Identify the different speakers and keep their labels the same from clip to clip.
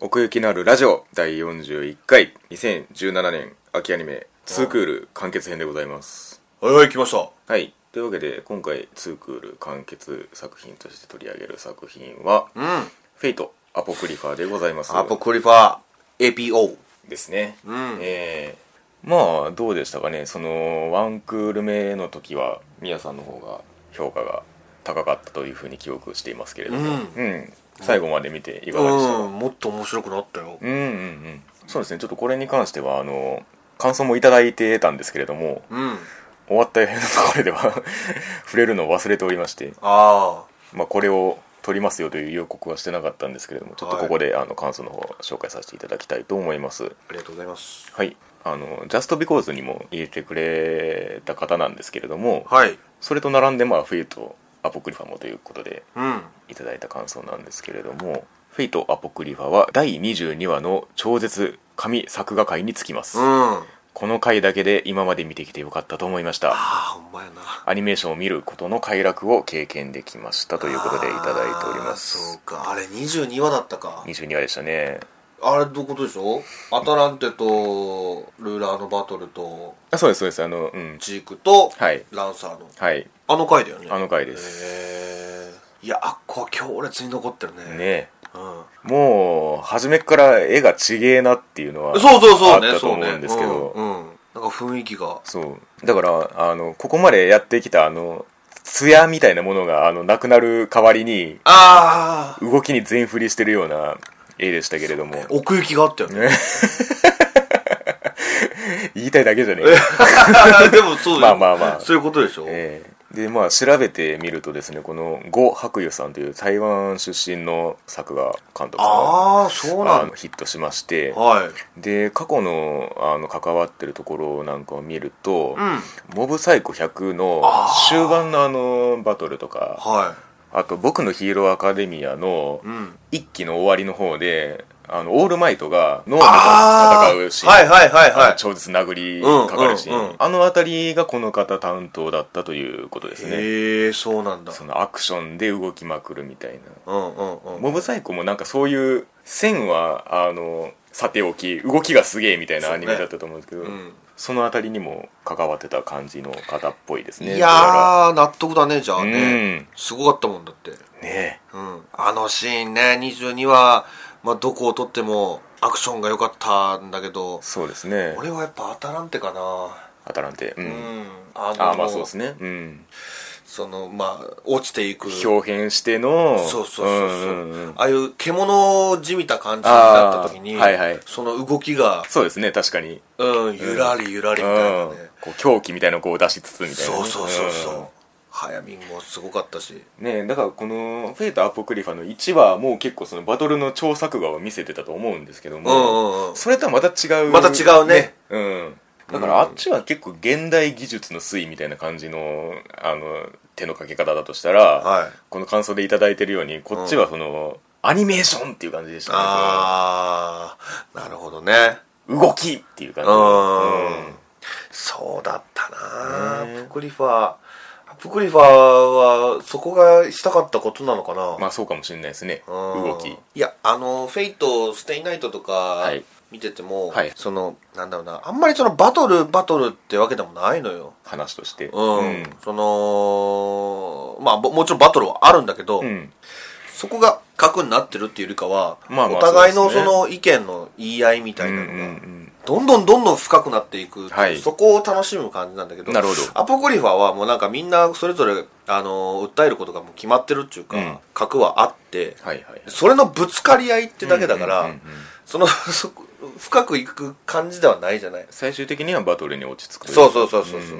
Speaker 1: 奥行きのあるラジオ第41回2017年秋アニメ2クール完結編でございます
Speaker 2: はいはい来ました
Speaker 1: はいというわけで今回2クール完結作品として取り上げる作品は「
Speaker 2: うん
Speaker 1: フェイトアポクリファ」でございます
Speaker 2: アポクリファ APO
Speaker 1: ですね、
Speaker 2: うん
Speaker 1: えーまあどうでしたかねそのワンクール目の時はミヤさんの方が評価が高かったというふうに記憶していますけれども、
Speaker 2: う
Speaker 1: うん最後まで見ていかがでしたか、
Speaker 2: うんもっと面白くなったよ
Speaker 1: うんうんうんそうですねちょっとこれに関してはあの感想もいただいてたんですけれども
Speaker 2: うんあ
Speaker 1: 終わった辺のところでは 触れるのを忘れておりまして、
Speaker 2: あ
Speaker 1: まあ、これを取りますよという予告はしてなかったんですけれどもちょっとここで、あの感想の方を紹介させていただきたいと思います
Speaker 2: ありがとうございます
Speaker 1: はいあの「Just Because」にも入れてくれた方なんですけれども
Speaker 2: はい
Speaker 1: それと並んで、まあ、冬とアポクリファもということで
Speaker 2: うん
Speaker 1: いただいた感想なんですけれども「フェイト・アポクリファ」は第22話の超絶神作画会につきます、
Speaker 2: うん
Speaker 1: この回だけで今まで見てきてよかったと思いました
Speaker 2: あほんまやな
Speaker 1: アニメーションを見ることの快楽を経験できましたということでいただいておりま
Speaker 2: あーそう
Speaker 1: す
Speaker 2: かあれ22話だったか
Speaker 1: 22話でしたね
Speaker 2: あれどういうことでしょアタランテとルーラーのバトルと
Speaker 1: あそうですそうですあのうん
Speaker 2: ジークと
Speaker 1: はい
Speaker 2: ランサーの
Speaker 1: はい
Speaker 2: あの回だよね
Speaker 1: あの回です
Speaker 2: へえいやあっこは強烈に残ってるね
Speaker 1: ね
Speaker 2: うん
Speaker 1: もう初めから絵がちげえなっていうのは
Speaker 2: そうそうそう
Speaker 1: あっ
Speaker 2: ね
Speaker 1: たと
Speaker 2: そう
Speaker 1: 思
Speaker 2: ね
Speaker 1: うんですけど
Speaker 2: うんうんなんか雰囲気が
Speaker 1: そうだからあのここまでやってきたあの艶みたいなものがあのなくなる代わりに
Speaker 2: ああ
Speaker 1: 動きに全振りしてるような絵でしたけれども、
Speaker 2: 奥行きがあったよね
Speaker 1: 言いたいだけじゃねえか
Speaker 2: でもそうだよ
Speaker 1: まあまあまあ
Speaker 2: そういうことでしょ
Speaker 1: ええでまあ調べてみるとですねこの呉白湯さんという台湾出身の作画監督が
Speaker 2: ああそうな
Speaker 1: あ
Speaker 2: ん
Speaker 1: のヒットしまして
Speaker 2: だはい
Speaker 1: で過去のあの関わってるところなんかを見ると
Speaker 2: うん
Speaker 1: 「モブサイコ100」の
Speaker 2: あー
Speaker 1: 終盤のあのバトルとか
Speaker 2: は
Speaker 1: あと「僕のヒーローアカデミア」の
Speaker 2: いうん
Speaker 1: 一期の終わりの方であのオールマイトが脳ームと戦うシーン
Speaker 2: はいはいはい
Speaker 1: あの
Speaker 2: はい
Speaker 1: 超絶殴りかかるシーン、
Speaker 2: うんうんうん
Speaker 1: あの辺りがこの方担当だったということですね
Speaker 2: へえそうなんだ
Speaker 1: そのアクションで動きまくるみたいな
Speaker 2: うんうんうん
Speaker 1: モブサイコもなんかそういう線はあのさておき動きがすげえみたいなアニメだったと思うんですけどそ,、
Speaker 2: うん
Speaker 1: の辺りにも関わってた感じの方っぽいですね
Speaker 2: い
Speaker 1: どうら
Speaker 2: やー納得だねじゃあね
Speaker 1: う
Speaker 2: すごかったもんだって
Speaker 1: ね
Speaker 2: うんあのシーンね22話まあどこを撮ってもアクションが良かったんだけど
Speaker 1: そうですね
Speaker 2: 俺はやっぱアタランテかな
Speaker 1: 当たらんてうん、
Speaker 2: うんあの
Speaker 1: ああまあそうですねうん
Speaker 2: そのまあ落ちていくそう
Speaker 1: 表現しての
Speaker 2: そうそうそう,、
Speaker 1: んんん
Speaker 2: ああいう獣じみた感じになった時に、
Speaker 1: あーはいはい
Speaker 2: その動きが、
Speaker 1: そうですね確かに
Speaker 2: うん、ゆらりゆらりみたいなね、
Speaker 1: うん、こう狂気みたいなのをこう出しつつみたいなね、
Speaker 2: そうそうそうそう、
Speaker 1: ん
Speaker 2: 早見もすごかったし
Speaker 1: ねえだからこの「フェイト・アポクリファ」の1話も結構そのバトルの超作画を見せてたと思うんですけども、
Speaker 2: うんうんうん
Speaker 1: それとはまた違う
Speaker 2: また違うね
Speaker 1: うんだからあっちは結構現代技術の推移みたいな感じのあの手のかけ方だとしたら、
Speaker 2: はい
Speaker 1: この感想でいただいてるようにこっちはその、アニメーションっていう感じでしたね
Speaker 2: ああなるほどね
Speaker 1: 動きっていう感
Speaker 2: う
Speaker 1: じ
Speaker 2: ん、そうだったな
Speaker 1: ね
Speaker 2: アプクリファアプクリファはそこがしたかったことなのかな、
Speaker 1: まあそうかもしれないですね
Speaker 2: うん
Speaker 1: 動き
Speaker 2: いやあの「フェイトステイナイト」とか
Speaker 1: はい
Speaker 2: 見てても、
Speaker 1: はい
Speaker 2: そのなんだろうなあんまりそのバトルバトルってわけでもないのよ
Speaker 1: 話として
Speaker 2: うん、
Speaker 1: うん
Speaker 2: そのまあぼもちろんバトルはあるんだけど、
Speaker 1: うん
Speaker 2: そこが核になってるっていうよりかは、
Speaker 1: まあまあ
Speaker 2: お互いの
Speaker 1: そうで
Speaker 2: そ
Speaker 1: すね
Speaker 2: の意見の言い合いみたいなのが、
Speaker 1: うんうん
Speaker 2: どんどんどんどん深くなっていく、
Speaker 1: はい
Speaker 2: そこを楽しむ感じなんだけど
Speaker 1: なるほど
Speaker 2: アポクリファはもうなんかみんなそれぞれ、あのー訴えることがもう決まってるっていうか、
Speaker 1: うん
Speaker 2: 核はあって、
Speaker 1: はいはい
Speaker 2: それのぶつかり合いってだけだから、
Speaker 1: うんうんうんうん
Speaker 2: その そこ深くいく感じではないじゃない
Speaker 1: 最終的にはバトルに落ち着くとい
Speaker 2: そうそうそうそうそう、うん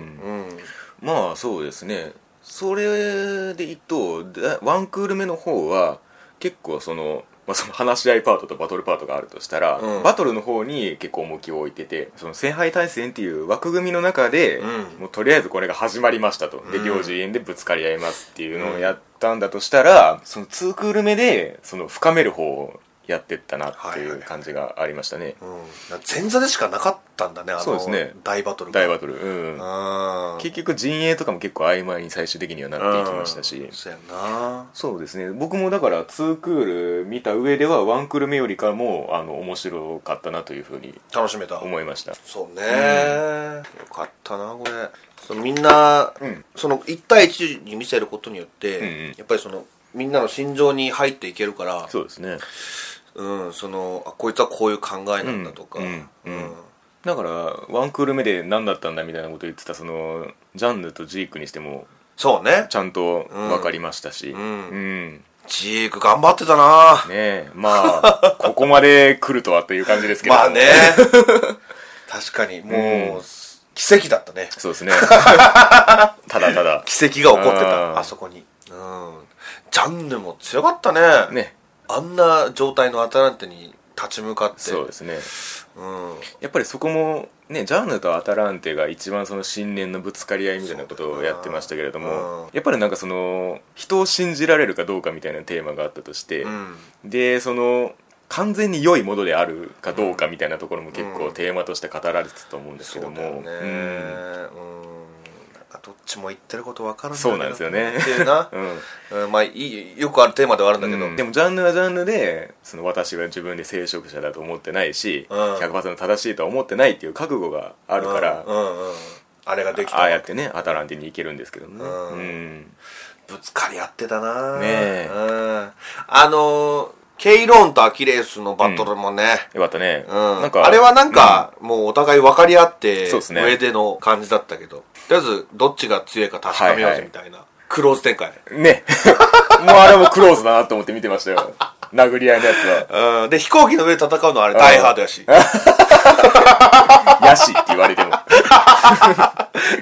Speaker 2: ん
Speaker 1: まあそうですねそれで言うとだワンクール目の方は結構その,、まあ、その話し合いパートとバトルパートがあるとしたら、
Speaker 2: うん
Speaker 1: バトルの方に結構重きを置いててその戦敗対戦っていう枠組みの中で、
Speaker 2: うん
Speaker 1: もうとりあえずこれが始まりましたと、で
Speaker 2: うん
Speaker 1: 両陣営でぶつかり合いますっていうのをやったんだとしたらその2クール目でその深める方をやってったなってい
Speaker 2: はいは
Speaker 1: う
Speaker 2: い
Speaker 1: 感じがありましたね、
Speaker 2: うん、前座でしかなかったんだねあ
Speaker 1: そう
Speaker 2: の
Speaker 1: ですね
Speaker 2: 大バトルが
Speaker 1: 大バトル、うん、
Speaker 2: うん
Speaker 1: 結局陣営とかも結構曖昧に最終的にはなっていきましたし、
Speaker 2: うんそうやんな
Speaker 1: そうですね僕もだから2クール見た上では1クール目よりかもあの面白かったなというふうに
Speaker 2: 楽しめた
Speaker 1: 思いました
Speaker 2: そうね、よかったなこれそのみんな、
Speaker 1: うん
Speaker 2: その1対1に見せることによって、
Speaker 1: うんうん
Speaker 2: やっぱりそのみんなの心情に入っていけるから
Speaker 1: そうですね
Speaker 2: うん、そのあこいつはこういう考えなんだとか、
Speaker 1: うんうんうんだから1クール目で何だったんだみたいなこと言ってたそのジャンヌとジークにしても
Speaker 2: そうね
Speaker 1: ちゃんと分かりましたし、うん
Speaker 2: ん
Speaker 1: ね
Speaker 2: ジーク頑張ってたな、
Speaker 1: えま あここまで来るとはという感じですけど
Speaker 2: まあね確かにもう、
Speaker 1: うん
Speaker 2: 奇跡だったね
Speaker 1: そう ですねただただ
Speaker 2: 奇跡が起こってた
Speaker 1: うん
Speaker 2: あそこにうんジャンヌも強かったね
Speaker 1: ね
Speaker 2: あんな状態のアタランテに立ち向かって
Speaker 1: そうですね
Speaker 2: うん
Speaker 1: やっぱりそこもねジャンヌとアタランテが一番その信念のぶつかり合いみたいなことをやってましたけれど
Speaker 2: うん
Speaker 1: もやっぱりなんかその人を信じられるかどうかみたいなテーマがあったとして、
Speaker 2: うん
Speaker 1: でその完全に良いものであるかどうかみたいなところも結構テーマとして語られてたと思うんです
Speaker 2: そ
Speaker 1: けど
Speaker 2: うだよ
Speaker 1: も
Speaker 2: ね
Speaker 1: うん
Speaker 2: うんなんかどっちも言ってること分からんだけ
Speaker 1: そ
Speaker 2: ど
Speaker 1: うなんですよね、
Speaker 2: っていうな
Speaker 1: うん
Speaker 2: うんまあいいよくあるテーマではあるんだけど、
Speaker 1: でもジャンルはジャンルでその私は自分で聖職者だと思ってないし、
Speaker 2: うん
Speaker 1: 100%正しいとは思ってないっていう覚悟があ
Speaker 2: う
Speaker 1: る
Speaker 2: ん
Speaker 1: から、
Speaker 2: うんうんあれができ
Speaker 1: あ
Speaker 2: た
Speaker 1: あやってねアタランテに行けるんですけどね、
Speaker 2: うん
Speaker 1: うん
Speaker 2: ぶつかり合ってたな
Speaker 1: ねえ
Speaker 2: うんあのケイローンとアキレウスのバトルもね、
Speaker 1: よかったね、
Speaker 2: うん
Speaker 1: なんか
Speaker 2: あれはなんか、もうお互い分かり合って
Speaker 1: そうですね
Speaker 2: 上での感じだったけど、とりあえずどっちが強いか確かめよう
Speaker 1: はいは
Speaker 2: ぜ
Speaker 1: い
Speaker 2: みたいな、クローズ展開、
Speaker 1: ね もうあれもクローズだなと思って見てましたよ殴り合いのやつ
Speaker 2: うん、で飛行機の上で戦うのはあれダイハードやし
Speaker 1: は「ヤシ」って言われても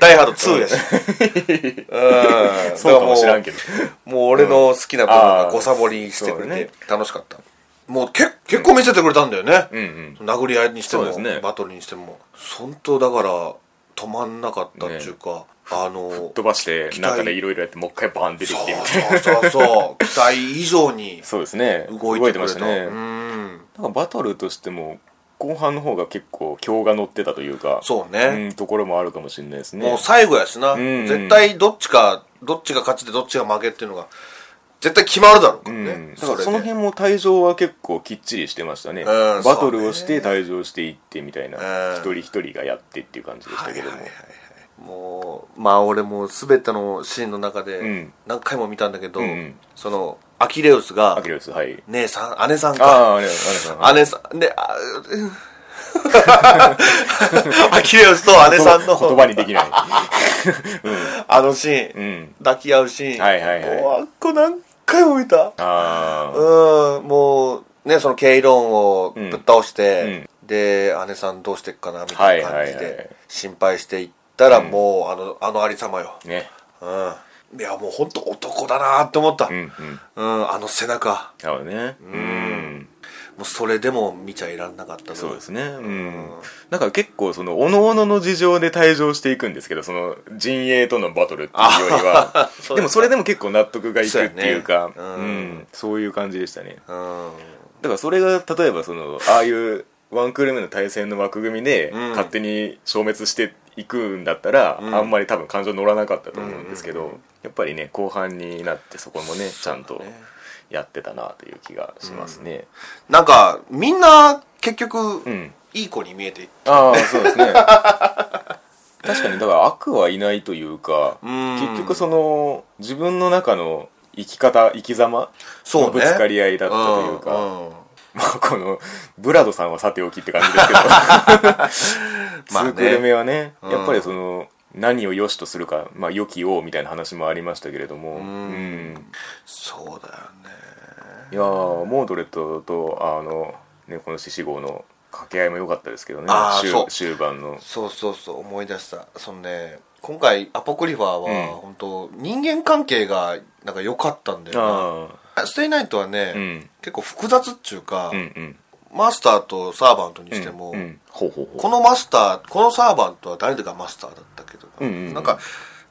Speaker 2: ダイハード2やし。うん。
Speaker 1: そうかもしらんけど
Speaker 2: ど。もう俺の好きな部分がごサボりしてく
Speaker 1: う
Speaker 2: れ
Speaker 1: んあー
Speaker 2: て楽しかった。もうけ結構見せてくれたんだよね。
Speaker 1: うんうん
Speaker 2: 殴り合いにしても、
Speaker 1: そうですね
Speaker 2: バトルにしても。本当だから止まんなかったっていうか、あの、
Speaker 1: 飛ばして
Speaker 2: 期待
Speaker 1: 中でいろいろやってもう一回バーン出てきてみたいな
Speaker 2: そうそうそう、期待以上に
Speaker 1: そうですね
Speaker 2: 動いてくれた。
Speaker 1: ましたね、
Speaker 2: う
Speaker 1: なん
Speaker 2: ん。
Speaker 1: かバトルとしても後半の方が結構強が乗ってたというか
Speaker 2: そ
Speaker 1: う
Speaker 2: うね。
Speaker 1: んところもあるかもしれないですね
Speaker 2: もう最後やしな、
Speaker 1: ん
Speaker 2: 絶対どっちか、どっちが勝ちでどっちが負けっていうのが、絶対決まるだろうからね。
Speaker 1: うん、だ
Speaker 2: そ
Speaker 1: から
Speaker 2: れ
Speaker 1: その
Speaker 2: で
Speaker 1: 辺も退場は結構きっちりしてましたね、
Speaker 2: うん
Speaker 1: バトルをして退場していってみたいな、
Speaker 2: うん
Speaker 1: 一人一人がやってっていう感じでしたけども、
Speaker 2: もうまあ俺も全てのシーンの中
Speaker 1: う
Speaker 2: で
Speaker 1: ん
Speaker 2: 何回も見たんだけど、
Speaker 1: うんうん
Speaker 2: そのアキレウス
Speaker 1: ア
Speaker 2: が
Speaker 1: キレウスはい
Speaker 2: 姉さん姉さん
Speaker 1: あ
Speaker 2: か
Speaker 1: ああれあれあれ
Speaker 2: 姉さん であうんアキレウスと姉さんの
Speaker 1: 言葉にできない、
Speaker 2: あのシーン、
Speaker 1: うん、
Speaker 2: 抱き合うシーン、
Speaker 1: はいはいはい
Speaker 2: もうあっこ何回も見た
Speaker 1: ああ
Speaker 2: うんもうねそのケイロンをぶっ倒して、で姉さんどうしてっかなみたいな感
Speaker 1: はいは
Speaker 2: じ
Speaker 1: いはい
Speaker 2: で心配していったら、もうあのあのありさまよ
Speaker 1: ね
Speaker 2: うんいやもう本当男だなって思った、う
Speaker 1: うん
Speaker 2: ん
Speaker 1: うん
Speaker 2: あの背中
Speaker 1: なるほどねうん
Speaker 2: もうそれでも見ちゃいらんなかった
Speaker 1: そうです
Speaker 2: ね
Speaker 1: ねうんだから結構その各々の事情で退場していくんですけどその陣営とのバトルっていうよりは
Speaker 2: そうだね
Speaker 1: でもそれでも結構納得がいくっていうか
Speaker 2: そうやね
Speaker 1: う
Speaker 2: うん
Speaker 1: ん、そういう感じでしたね
Speaker 2: うん
Speaker 1: だからそれが例えばそのああいうワンクール目の対戦の枠組みで
Speaker 2: うん
Speaker 1: 勝手に消滅していくんだったら、
Speaker 2: ん
Speaker 1: あんまり多分感情乗らなかったと思うんですけど、やっぱりね後半になってそこもねちゃんとやってたなという気がしますね。
Speaker 2: なんかみんな結局、
Speaker 1: うん
Speaker 2: いい子に見えて
Speaker 1: ああそうですね 確かにだから悪はいないというか
Speaker 2: ん
Speaker 1: 結局その自分の中の生き方生き様のぶつかり合いだったというか、
Speaker 2: うんうん
Speaker 1: まあ このブラドさんはさておきって感じですけ ど
Speaker 2: まあね
Speaker 1: ツークール目はね
Speaker 2: うん
Speaker 1: やっぱりその何を良しとするか、まあ、良き王みたいな話もありましたけれども、うん
Speaker 2: そうだよね
Speaker 1: いやーモードレットとあの、ね、この獅子号の掛け合いも良かったですけどね
Speaker 2: あー
Speaker 1: 終
Speaker 2: そう
Speaker 1: 終盤の
Speaker 2: そうそうそう思い出したそのね今回アポクリファーは、
Speaker 1: うん
Speaker 2: 本当人間関係がなんか良かったんだよ
Speaker 1: ああ
Speaker 2: なステイナイトはね、
Speaker 1: うん
Speaker 2: 結構複雑っちゅうか、
Speaker 1: うんうん
Speaker 2: マスターとサーバントにしても、
Speaker 1: うんうんほうほうほう
Speaker 2: このマスターこのサーバントは誰がマスターだったけど、
Speaker 1: うんうんうん
Speaker 2: なんか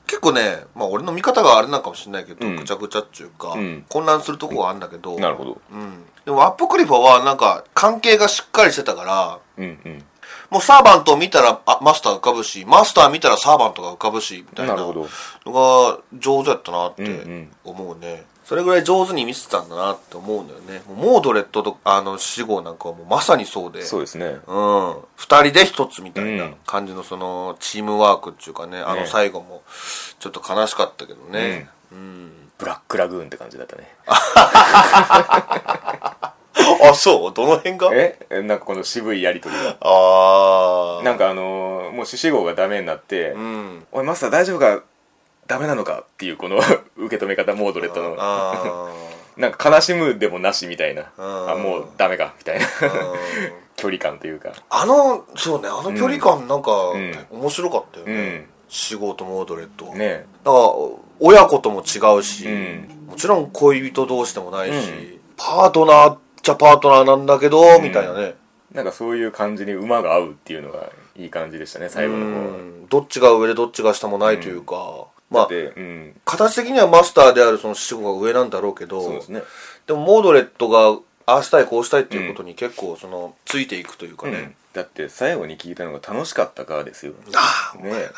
Speaker 2: 結構ね、まあ、俺の見方があれなんかもしれないけど、
Speaker 1: うん
Speaker 2: ぐちゃぐちゃっちゅうか、
Speaker 1: うん
Speaker 2: 混乱するとこはあるんだけど、
Speaker 1: なるほど
Speaker 2: うん、でもアポクリファはなんか関係がしっかりしてたから
Speaker 1: うんうん
Speaker 2: もうサーバントを見たらあマスター浮かぶしマスター見たらサーバントが浮かぶしみたいな
Speaker 1: なるほど
Speaker 2: のが上手やったなっ
Speaker 1: うんう
Speaker 2: て
Speaker 1: ん
Speaker 2: 思うね、それぐらい上手に見せてたんだなって思うんだよねもうモードレットとあの死後なんかはもうまさにそうで
Speaker 1: そうですね
Speaker 2: うん、2人で1つみたいうなん感じのそのチームワークっていうかね、あの
Speaker 1: ね
Speaker 2: 最後もちょっと悲しかったけどね、
Speaker 1: ブラックラグーンって感じだったね
Speaker 2: あそうどの辺が
Speaker 1: ええなんかこの渋いやりとりが
Speaker 2: ああ
Speaker 1: なんかあのーもう獅子号がダメになって、
Speaker 2: うん
Speaker 1: おいマスター大丈夫かダメなのかっていうこの 受け止め方モードレットの
Speaker 2: あー
Speaker 1: なんか悲しむでもなしみたいな
Speaker 2: うん
Speaker 1: あもうダメかみたいな
Speaker 2: うん
Speaker 1: 距離感というか
Speaker 2: あのそうねあの距離感なんか、
Speaker 1: ん
Speaker 2: 面白かったよね、
Speaker 1: うん
Speaker 2: 仕事モードレットは
Speaker 1: ね
Speaker 2: だから親子とも違うし、
Speaker 1: うん
Speaker 2: もちろん恋人同士でもないし、
Speaker 1: う
Speaker 2: パートナーっちゃパートナーなんだけど、みたいなね
Speaker 1: なんかそういう感じに馬が合うっていうのがいい感じでしたね最後の方は
Speaker 2: うんどっちが上でどっちが下もないというか、
Speaker 1: だ
Speaker 2: ま
Speaker 1: っ
Speaker 2: あ
Speaker 1: てうん
Speaker 2: 形的にはマスターであるその死後が上なんだろうけど
Speaker 1: そうですね
Speaker 2: でもモードレットがああしたいこうしたいっていうことに結構そのついていくというか
Speaker 1: うん
Speaker 2: ね、
Speaker 1: だって最後に聞いたのが楽しかったかですよ
Speaker 2: ああもう
Speaker 1: ね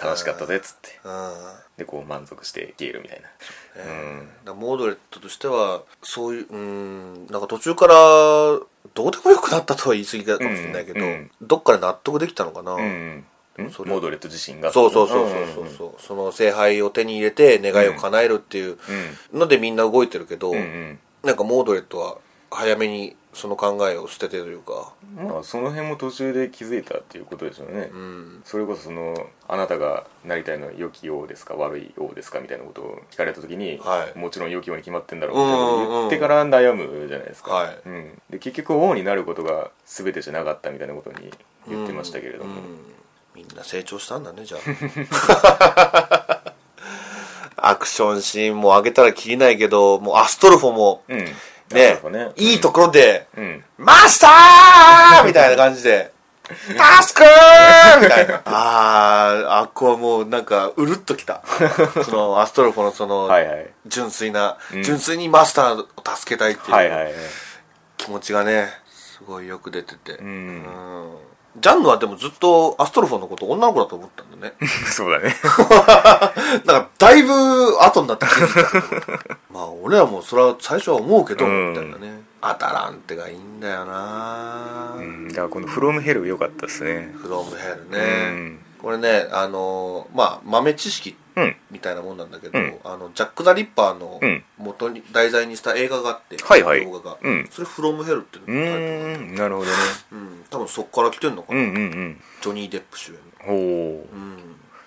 Speaker 1: 楽しかったぜっつって
Speaker 2: うん
Speaker 1: でこう満足して消えるみたいなうん
Speaker 2: だからモードレットとしてはそういううーんなんか途中からどうでもよくなったとは言い過ぎだかもしれないけど、
Speaker 1: うんうん
Speaker 2: どっかで納得できたのかな、
Speaker 1: うんうんん
Speaker 2: それ
Speaker 1: モードレット自身が
Speaker 2: そうそうそうそうそうそうその聖杯を手に入れて願いを叶えるっていうのでみんな動いてるけど、
Speaker 1: うんうん
Speaker 2: なんかモードレットは早めにその考えを捨ててというか
Speaker 1: まあその辺も途中で気づいたっていうことですよね、
Speaker 2: うん
Speaker 1: それこそそのあなたがなりたいのは良き王ですか悪い王ですかみたいなことを聞かれた時に、
Speaker 2: はい
Speaker 1: もちろん良き王に決まってんだろう
Speaker 2: うん
Speaker 1: みたいなことを言ってから悩むじゃないですか、
Speaker 2: はい
Speaker 1: うん、で結局王になることが全てじゃなかったみたいなことに言ってましたけれども、
Speaker 2: みんな成長したんだねじゃ あアクションシーンも上げたらきりないけどもうアストルフォも
Speaker 1: うんな
Speaker 2: ね
Speaker 1: んかね
Speaker 2: いいところで、
Speaker 1: うん
Speaker 2: マスターみたいな感 じで、タスクーみたいな。あー、あっこはもうなんか、うるっときた。その、アストロフォのその
Speaker 1: は、いはい
Speaker 2: 純粋な、
Speaker 1: うん
Speaker 2: 純粋にマスターを助けたいって
Speaker 1: はい
Speaker 2: いう
Speaker 1: はいはい
Speaker 2: 気持ちがね、すごいよく出てて。
Speaker 1: う
Speaker 2: うん
Speaker 1: ん
Speaker 2: ジャンヌはでもずっとアストロフォのこと女の子だと思ったんだね。
Speaker 1: そうだね
Speaker 2: なんかだいぶ後になって気づいたけど まあ俺らもそれは最初は思うけど、
Speaker 1: うん
Speaker 2: みたいなね。アタランテがいいんだよな
Speaker 1: うんだからこの「フロムヘル良かったですね
Speaker 2: フロムヘル
Speaker 1: う
Speaker 2: ね
Speaker 1: ん
Speaker 2: これねあのーまあ豆知識
Speaker 1: うん
Speaker 2: みたいなもんなんだけど、
Speaker 1: うん
Speaker 2: あのジャック・ザ・リッパーの
Speaker 1: うん
Speaker 2: 元に題材にした映画があって、
Speaker 1: はいはい
Speaker 2: 動画が、
Speaker 1: うん
Speaker 2: それ「フロムヘルっていう
Speaker 1: う
Speaker 2: のがタイトル
Speaker 1: ーんなるほどね
Speaker 2: うん、多分そっから来てんのか
Speaker 1: う
Speaker 2: な、
Speaker 1: んうんうん
Speaker 2: ジョニー・デップ主演の
Speaker 1: ほう
Speaker 2: うん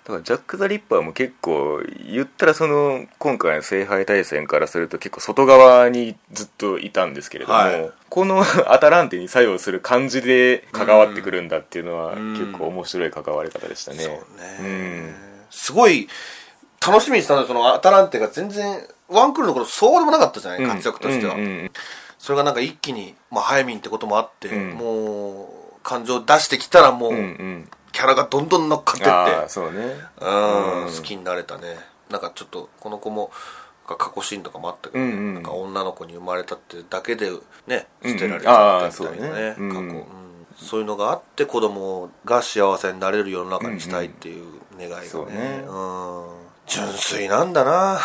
Speaker 1: だからジャック・ザ・リッパーも結構言ったらその今回の聖杯大戦からすると結構外側にずっといたんですけれども、
Speaker 2: はい
Speaker 1: このアタランテに作用する感じで関わってくるんだっていうのは
Speaker 2: うん
Speaker 1: 結構面白い関わり方でしたね。
Speaker 2: そうね、すごい楽しみにしたのよそのアタランテが全然ワンクールの頃そうでもなかったじゃない、
Speaker 1: うん
Speaker 2: 活躍としては、
Speaker 1: うんうん
Speaker 2: それがなんか一気に、まあ、ハイミンってこともあって、
Speaker 1: うん
Speaker 2: もう感情出してきたらもう、
Speaker 1: うんうん
Speaker 2: キャラがどんどん乗っかって
Speaker 1: ああ
Speaker 2: っ
Speaker 1: そうね
Speaker 2: てうん、
Speaker 1: うん
Speaker 2: 好きになれたねなんかちょっとこの子もなんか過去シーンとかもあったけど、ね
Speaker 1: うんうん
Speaker 2: なんか女の子に生まれたってだけでね
Speaker 1: うんうん
Speaker 2: 捨てられちゃったみたいな
Speaker 1: ああ
Speaker 2: ね,、
Speaker 1: そうね
Speaker 2: 過去、
Speaker 1: うん
Speaker 2: うんそういうのがあって子供が幸せになれる世の中にしたいっていう願いがね,、う
Speaker 1: そ
Speaker 2: ん
Speaker 1: うね
Speaker 2: 純粋なんだな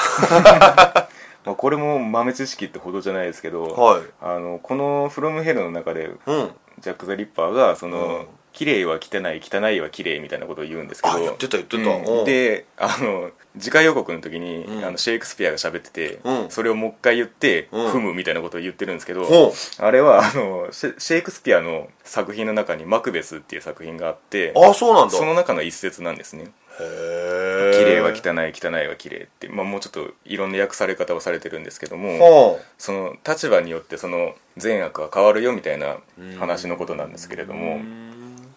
Speaker 1: まあ、これも豆知識ってほどじゃないですけど、
Speaker 2: はい
Speaker 1: あのこの「フロムヘルの中で
Speaker 2: うん
Speaker 1: ジャック・ザ・リッパーがそ
Speaker 2: うん
Speaker 1: の、綺麗は汚い汚いは綺麗みたいなことを言うんですけど
Speaker 2: あ言ってた言ってた
Speaker 1: うん
Speaker 2: うん
Speaker 1: であの次回予告の時に、
Speaker 2: うん
Speaker 1: あのシェイクスピアが喋ってて、
Speaker 2: うん
Speaker 1: それをもう一回言って、
Speaker 2: うん
Speaker 1: 踏むみたいなことを言ってるんですけど、
Speaker 2: ほ
Speaker 1: あれはあのシェシェイクスピアの作品の中に「マクベス」っていう作品があって
Speaker 2: うああそうなんだ
Speaker 1: その中の一節なんですね「
Speaker 2: へえ
Speaker 1: 綺麗は汚い汚いは綺麗って、まあ、もうちょっといろんな訳され方をされてるんですけども、
Speaker 2: は
Speaker 1: その立場によってその善悪は変わるよみたいな話のことなんですけれども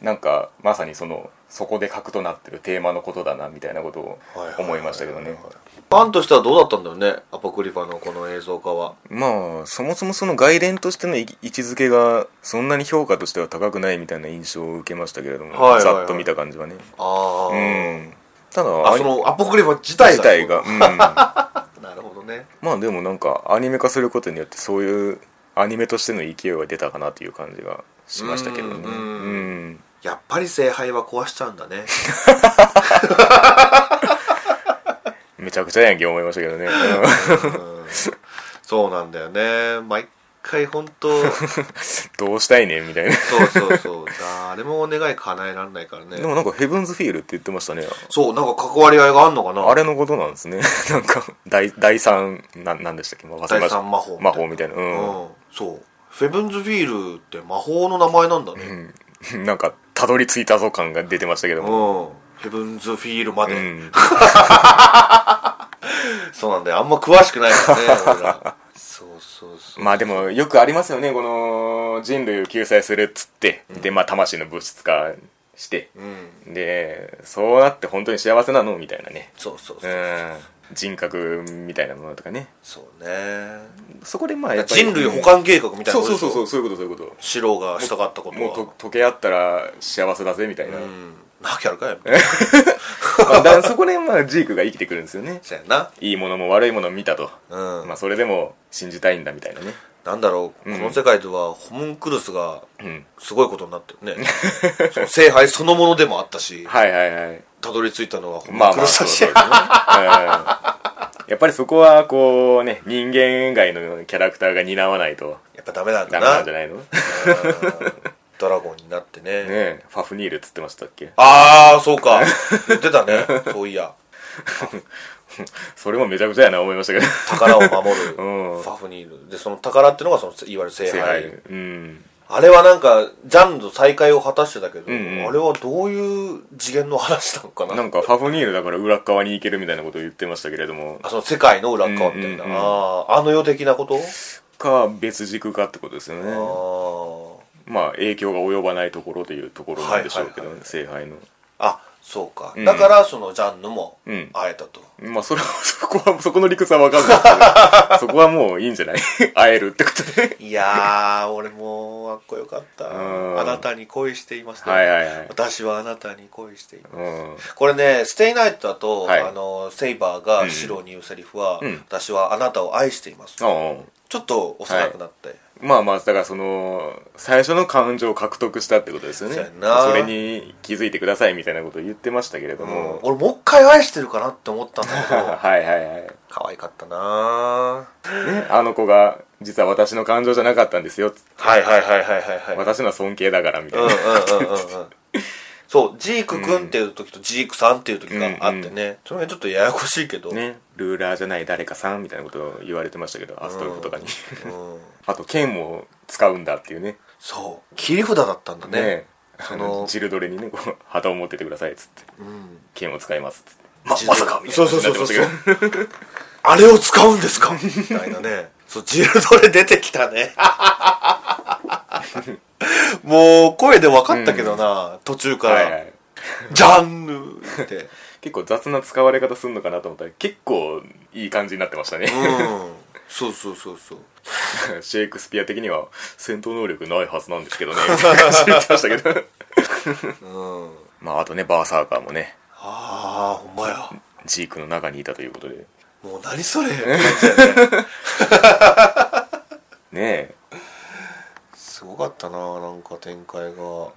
Speaker 1: なんかまさにそのそこで核となってるテーマのことだなみたいなことを思いましたけどね
Speaker 2: あファンとしてはどうだったんだろうねアポクリファのこの映像化は
Speaker 1: まあそもそもその外伝としての位置づけがそんなに評価としては高くないみたいな印象を受けましたけれども、
Speaker 2: はいはいはい
Speaker 1: ざっと見た感じはね
Speaker 2: ああ、
Speaker 1: うんただ
Speaker 2: あ
Speaker 1: アニ
Speaker 2: そ
Speaker 1: メ
Speaker 2: のアポクリファ自体
Speaker 1: 自体が、う
Speaker 2: が
Speaker 1: ん、 ま
Speaker 2: なるほどね
Speaker 1: あでもなんかアニメ化することによってそういうアニメとしての勢いが出たかなという感じがしましたけどね
Speaker 2: うん
Speaker 1: うん
Speaker 2: やっぱり聖杯は壊しちゃうんだね
Speaker 1: めちゃくちゃやんけ思いましたけどね、うん
Speaker 2: うんそうなんだよね毎回本当
Speaker 1: どうしたいねみたいな
Speaker 2: そうそうそう誰もお願い叶えられないから
Speaker 1: で
Speaker 2: ね
Speaker 1: もなんかヘブンズフィールって言ってましたね
Speaker 2: そうなんか関わり合いがあんのかな
Speaker 1: あれのことなんですね なんか第第三なんなんでしたっけ、まあ、忘れま
Speaker 2: 第
Speaker 1: した
Speaker 2: 三魔法
Speaker 1: 魔法みたいなう、
Speaker 2: うんんそうフェブンズフィールって魔法の名前なんだね
Speaker 1: なんかたどり着いたぞ感が出てましたけど
Speaker 2: う
Speaker 1: も
Speaker 2: ん、ヘブンズフィールま
Speaker 1: う
Speaker 2: で、
Speaker 1: ん
Speaker 2: そうなんだよあんま詳しくないからね俺らそうそうそう
Speaker 1: まあでもよくありますよねこの人類を救済するっつって、でまあ魂の物質化して
Speaker 2: うん
Speaker 1: でそうなって本当に幸せなのみたいなね
Speaker 2: そうそうそうう、
Speaker 1: ん人格みたいなものとかね
Speaker 2: そうね
Speaker 1: そこでまあやっぱり
Speaker 2: 人類保完計画みたいな
Speaker 1: そう
Speaker 2: こと
Speaker 1: そう
Speaker 2: でし
Speaker 1: そうそ
Speaker 2: ょ
Speaker 1: うそういうことそういうこと
Speaker 2: シロがしたかったことは
Speaker 1: もうと溶け合ったら幸せだぜみたいな、
Speaker 2: うんなきゃあるかよみたいな
Speaker 1: まあ、だそこでまあジークが生きてくるんですよね
Speaker 2: そうやない
Speaker 1: いものも悪いものを見たと、
Speaker 2: う ん、
Speaker 1: まあ、それでも信じたいんだみたいなね
Speaker 2: なんだろう、
Speaker 1: うん
Speaker 2: この世界ではホムンクルスが
Speaker 1: うん
Speaker 2: すごいことになってる ねその聖杯そのものでもあったし
Speaker 1: はいはいはい
Speaker 2: たどり着いたのはホム
Speaker 1: まあ
Speaker 2: ンク
Speaker 1: まあ
Speaker 2: ルス
Speaker 1: そう
Speaker 2: だ
Speaker 1: そ
Speaker 2: し
Speaker 1: う、ですねうんやっぱりそこはこうね人間外のキャラクターが担わないと
Speaker 2: やっぱダメなん
Speaker 1: ダ
Speaker 2: だ
Speaker 1: メなん
Speaker 2: な
Speaker 1: じゃないのね
Speaker 2: うんドラゴンになってね
Speaker 1: えファフニールっつってましたっけ
Speaker 2: ああそうか言って たねそういや
Speaker 1: それもめちゃくちゃやな思いましたけど
Speaker 2: 宝を守る
Speaker 1: う
Speaker 2: フ
Speaker 1: ん
Speaker 2: ァフニールでその宝っていうのがそのいわゆ る聖
Speaker 1: 聖
Speaker 2: 杯
Speaker 1: 杯うん
Speaker 2: あれはなんかジャンルの再会を果たしてたけど、
Speaker 1: んうん
Speaker 2: あれはどういう次元の話なのかな
Speaker 1: なんかファフニールだから裏っ側に行けるみたいなことを言ってましたけれども
Speaker 2: あその世界の裏っ側みたいな、
Speaker 1: うんうんうん
Speaker 2: あああの世的なこと、
Speaker 1: か別軸かってことですよね
Speaker 2: あ
Speaker 1: まあ影響が及ばないところというところなんでしょうけど、
Speaker 2: はいはいはい
Speaker 1: 聖杯の
Speaker 2: ああそうか、
Speaker 1: うん
Speaker 2: だからそのジャンルも
Speaker 1: うん
Speaker 2: 会えたと、
Speaker 1: まあそれは そこはそこの理屈は分かんないですけど そこはもういいんじゃない会えるってことで
Speaker 2: いやー俺もかっこよかった
Speaker 1: うん
Speaker 2: あなたに恋していました、
Speaker 1: はいはいはい
Speaker 2: 私はあなたに恋しています
Speaker 1: うん
Speaker 2: これね「ステイナイト」だと、
Speaker 1: はい
Speaker 2: あのセイバーがシロに言うセリフは、
Speaker 1: うん
Speaker 2: 私はあなたを愛しています」
Speaker 1: あ
Speaker 2: ちょっと幼くなって、
Speaker 1: あまあまあだからその最初の感情を獲得したってことですよね
Speaker 2: そうやな
Speaker 1: れに気づいてくださいみたいなことを言ってましたけれど
Speaker 2: うん
Speaker 1: も、
Speaker 2: 俺もう一回愛してるかなって思ったん だ
Speaker 1: はいはいはい
Speaker 2: けど可愛かったなは
Speaker 1: ねあの子が実は私の感情じゃなかったんですよ
Speaker 2: いはいはいはいはいはい
Speaker 1: 私のは尊敬だからみた
Speaker 2: う
Speaker 1: い
Speaker 2: ん
Speaker 1: な、
Speaker 2: うんうんうんうんそうジークくんっていう時とジークさんっていう時があってね、その辺ちょっとややこしいけど、
Speaker 1: ねルーラーじゃない誰かさんみたいなことを言われてましたけどアストルフとかに、
Speaker 2: うん、
Speaker 1: あと剣も使うんだっていうね
Speaker 2: そう切り札だったんだね
Speaker 1: ねあ
Speaker 2: その
Speaker 1: のチルドレにねこう旗を持っててくださいっつって
Speaker 2: うん、
Speaker 1: 剣を使いますっつってま
Speaker 2: チル
Speaker 1: まさかみたいな
Speaker 2: そうそうそうそう
Speaker 1: なってましたけど
Speaker 2: あれを使うんですかみたいなねそうジルドレ出てきた ねもう声で分かったけどな、途中から、
Speaker 1: はいはい
Speaker 2: ジャンヌって。
Speaker 1: 結構雑な使われ方すんのかなと思ったら結構いい感じになってましたね
Speaker 2: うん。そうそうそうそう。
Speaker 1: シェイクスピア的には戦闘能力ないはずなんですけ どねみたいな感じで言ってましたけど
Speaker 2: うん。
Speaker 1: まああとねバーサーカーもね
Speaker 2: ああ、ほんまや。
Speaker 1: ジークの中にいたということで
Speaker 2: もう 何それ。
Speaker 1: ね
Speaker 2: すごかったな、なんか展開が。
Speaker 1: え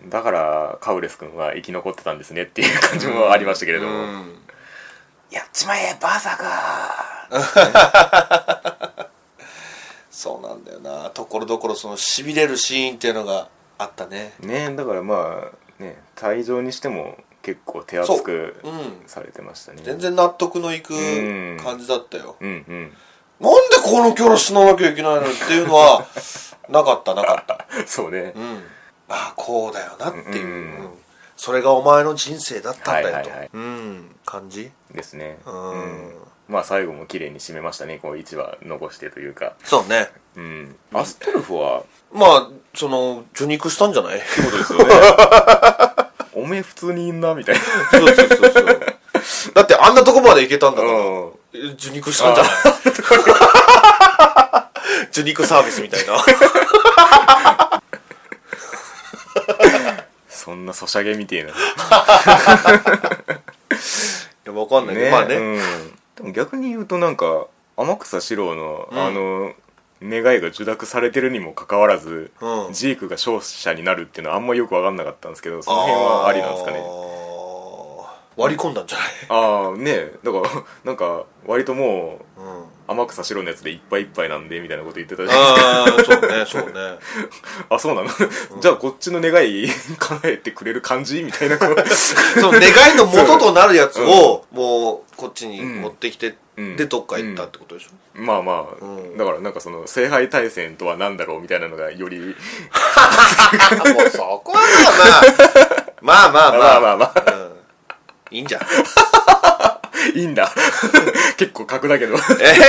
Speaker 1: だからカウレス君は生き残ってたんですねっていう感じもありましたけれども、
Speaker 2: うん。
Speaker 1: やっちまえバーサーカー
Speaker 2: そうなんだよな。ところどころその痺れるシーンっていうのがあったね。
Speaker 1: ねえだからまあね退場にしても結構手厚く
Speaker 2: そううん
Speaker 1: されてましたね、
Speaker 2: 全然納得のいく
Speaker 1: うん
Speaker 2: 感じだったよ。
Speaker 1: うんうん
Speaker 2: なんでこのキャラ死ななきゃいけないのっていうの は、なかったなかった。
Speaker 1: そうね、
Speaker 2: うん、ああこうだよなっていう、
Speaker 1: うん
Speaker 2: うんそれがお前の人生だったんだよと、
Speaker 1: はいはいはい
Speaker 2: うん、感じ
Speaker 1: ですね
Speaker 2: うん
Speaker 1: まあ最後も綺麗に締めましたねこう1話残してというか
Speaker 2: そうね
Speaker 1: うんアストルフは
Speaker 2: まあその受肉したんじゃな
Speaker 1: っ
Speaker 2: い
Speaker 1: てことですよねおめえ普通にいんなみたいな
Speaker 2: そうそうそうそうだってあんなとこまで行けたんだか
Speaker 1: う
Speaker 2: ら
Speaker 1: ん
Speaker 2: 受肉したんじゃない 受肉サービスみたいな
Speaker 1: そんなソシャゲみてえな
Speaker 2: でかんないけど、まあね、
Speaker 1: うん、でも逆に言うとなんか天草四郎の、あの願いが受諾されてるにもかかわらず、
Speaker 2: うん
Speaker 1: ジークが勝者になるっていうのはあんまよく分かんなかったんですけどその辺はありなんですか
Speaker 2: あ
Speaker 1: ね
Speaker 2: ー割り込んだんじゃない
Speaker 1: ああねえだから なんか割ともう
Speaker 2: うん
Speaker 1: 天草四郎のやつでいっぱいいっぱいなんでみたいなこと言ってたじゃないですか
Speaker 2: ああそうねそうね
Speaker 1: あそうなの、じゃあこっちの願い 叶えてくれる感じみたいなこ う
Speaker 2: その願いの元となるやつをもうこっちに持ってきて、
Speaker 1: うん
Speaker 2: でどっか行ったってことでしょ、
Speaker 1: まあまあ、
Speaker 2: うん
Speaker 1: だからなんかその聖杯対戦とは何だろうみたいなのがより
Speaker 2: あもうそこはまあまあ
Speaker 1: まあ
Speaker 2: まあま
Speaker 1: ま
Speaker 2: あ
Speaker 1: あまあ
Speaker 2: まあ、うん、いいんじゃん
Speaker 1: いいんだ 結構格だけど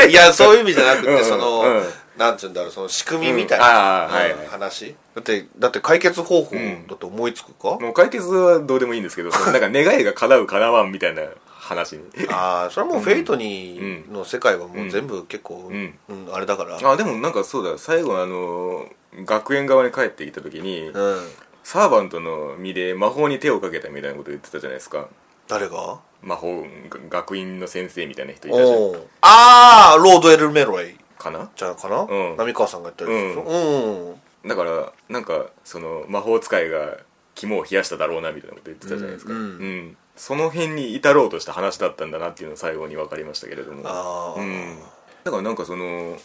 Speaker 2: えいやそういう意味じゃなくて、
Speaker 1: うん
Speaker 2: その、
Speaker 1: うん
Speaker 2: なんて言うんだろうその仕組みみたい
Speaker 1: うん
Speaker 2: な、
Speaker 1: あーはい
Speaker 2: うん話だってだって解決方法
Speaker 1: ん
Speaker 2: だって思いつくか、
Speaker 1: もう解決はどうでもいいんですけど、そのなんか願いが叶う叶わんみたいな話に。
Speaker 2: ああそれはもうフェイトに
Speaker 1: う
Speaker 2: の世界はもう全部結構、うん
Speaker 1: ん
Speaker 2: あれだか ら
Speaker 1: あ、でもなんかそうだ、最後あの、学園側に帰ってきた時に、
Speaker 2: うん
Speaker 1: サーバントの身で魔法に手をかけたみたいなこと言ってたじゃないですか。
Speaker 2: 誰が
Speaker 1: 魔法、学院の先生みたいな人いたじゃん
Speaker 2: おうああロード・エル・メロイ
Speaker 1: かな
Speaker 2: じゃないかな、
Speaker 1: うん
Speaker 2: 浪川さんがやったやつでしょうん、
Speaker 1: だから、なんか、その、魔法使いが肝を冷やしただろうなみたいなこと言ってたじゃないですか。
Speaker 2: うんうん
Speaker 1: その辺に至ろうとした話だったんだなっていうのを最後に分かりましたけれども。
Speaker 2: ああ、
Speaker 1: うん、だからなんかその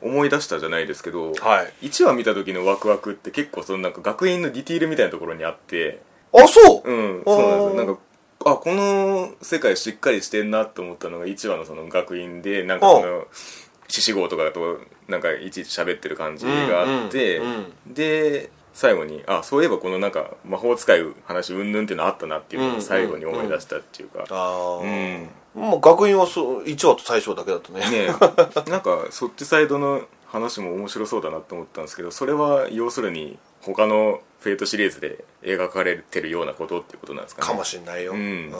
Speaker 1: 思い出したじゃないですけど、
Speaker 2: はい
Speaker 1: 1話見た時のワクワクって結構そのなんか学院のディティールみたいなところにあって
Speaker 2: あそう、
Speaker 1: うんそうなんですよ
Speaker 2: あー
Speaker 1: なんかあこの世界しっかりしてんなと思ったのが1話のその学院でなんかその獅子号とかとなんかいちいち喋ってる感じがあって、
Speaker 2: うんうん
Speaker 1: で最後にあそういえばこのなんか魔法使い話うんぬんっていうのあったなっていうのを最後に思い出したっていうか、
Speaker 2: ああ、
Speaker 1: うん
Speaker 2: もう学院はそう1話と最初だけだったね
Speaker 1: ねえなんかそっちサイドの話も面白そうだなと思ったんですけどそれは要するに他の「フェイト」シリーズで描かれてるようなことっていうことなんですかね
Speaker 2: かもしんないよ、
Speaker 1: うん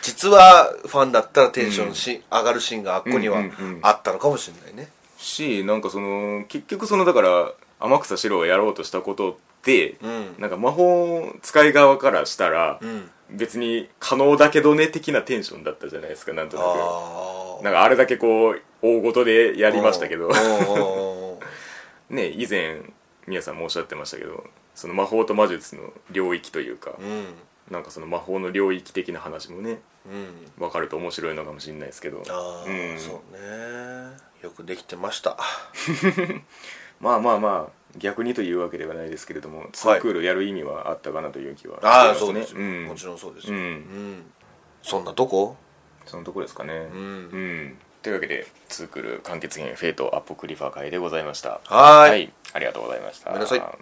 Speaker 2: 実はファンだったらテンションし、上がるシーンがあっこには
Speaker 1: うんうんうん
Speaker 2: あったのかもしんないね
Speaker 1: しなんかその結局そのだから天草四郎がやろうとしたことって、
Speaker 2: ん
Speaker 1: なんか魔法使い側からしたら、
Speaker 2: ん
Speaker 1: 別に可能だけどね的なテンションだったじゃないですかなんとなく
Speaker 2: ああ
Speaker 1: なんかあれだけこう大ごとでやりましたけど
Speaker 2: おーおーおー
Speaker 1: ね以前皆さんもおっしゃってましたけどその魔法と魔術の領域というか、
Speaker 2: うん
Speaker 1: なんかその魔法の領域的な話もね
Speaker 2: うん
Speaker 1: 分かると面白いのかもしれないですけど
Speaker 2: ああ、
Speaker 1: うん
Speaker 2: そうねよくできてました
Speaker 1: まあまあまあ逆にというわけではないですけれどもツークールやる意味はあったかなという気はし
Speaker 2: ああ
Speaker 1: て
Speaker 2: そうですよ、
Speaker 1: うん
Speaker 2: もちろんそうですよ、
Speaker 1: うん
Speaker 2: そんなとこ
Speaker 1: そのとこですかねうんというわけでツークール完結編「フェイトアップクリファー会」でございました
Speaker 2: はーい
Speaker 1: ありがとうございました
Speaker 2: ごめんなさい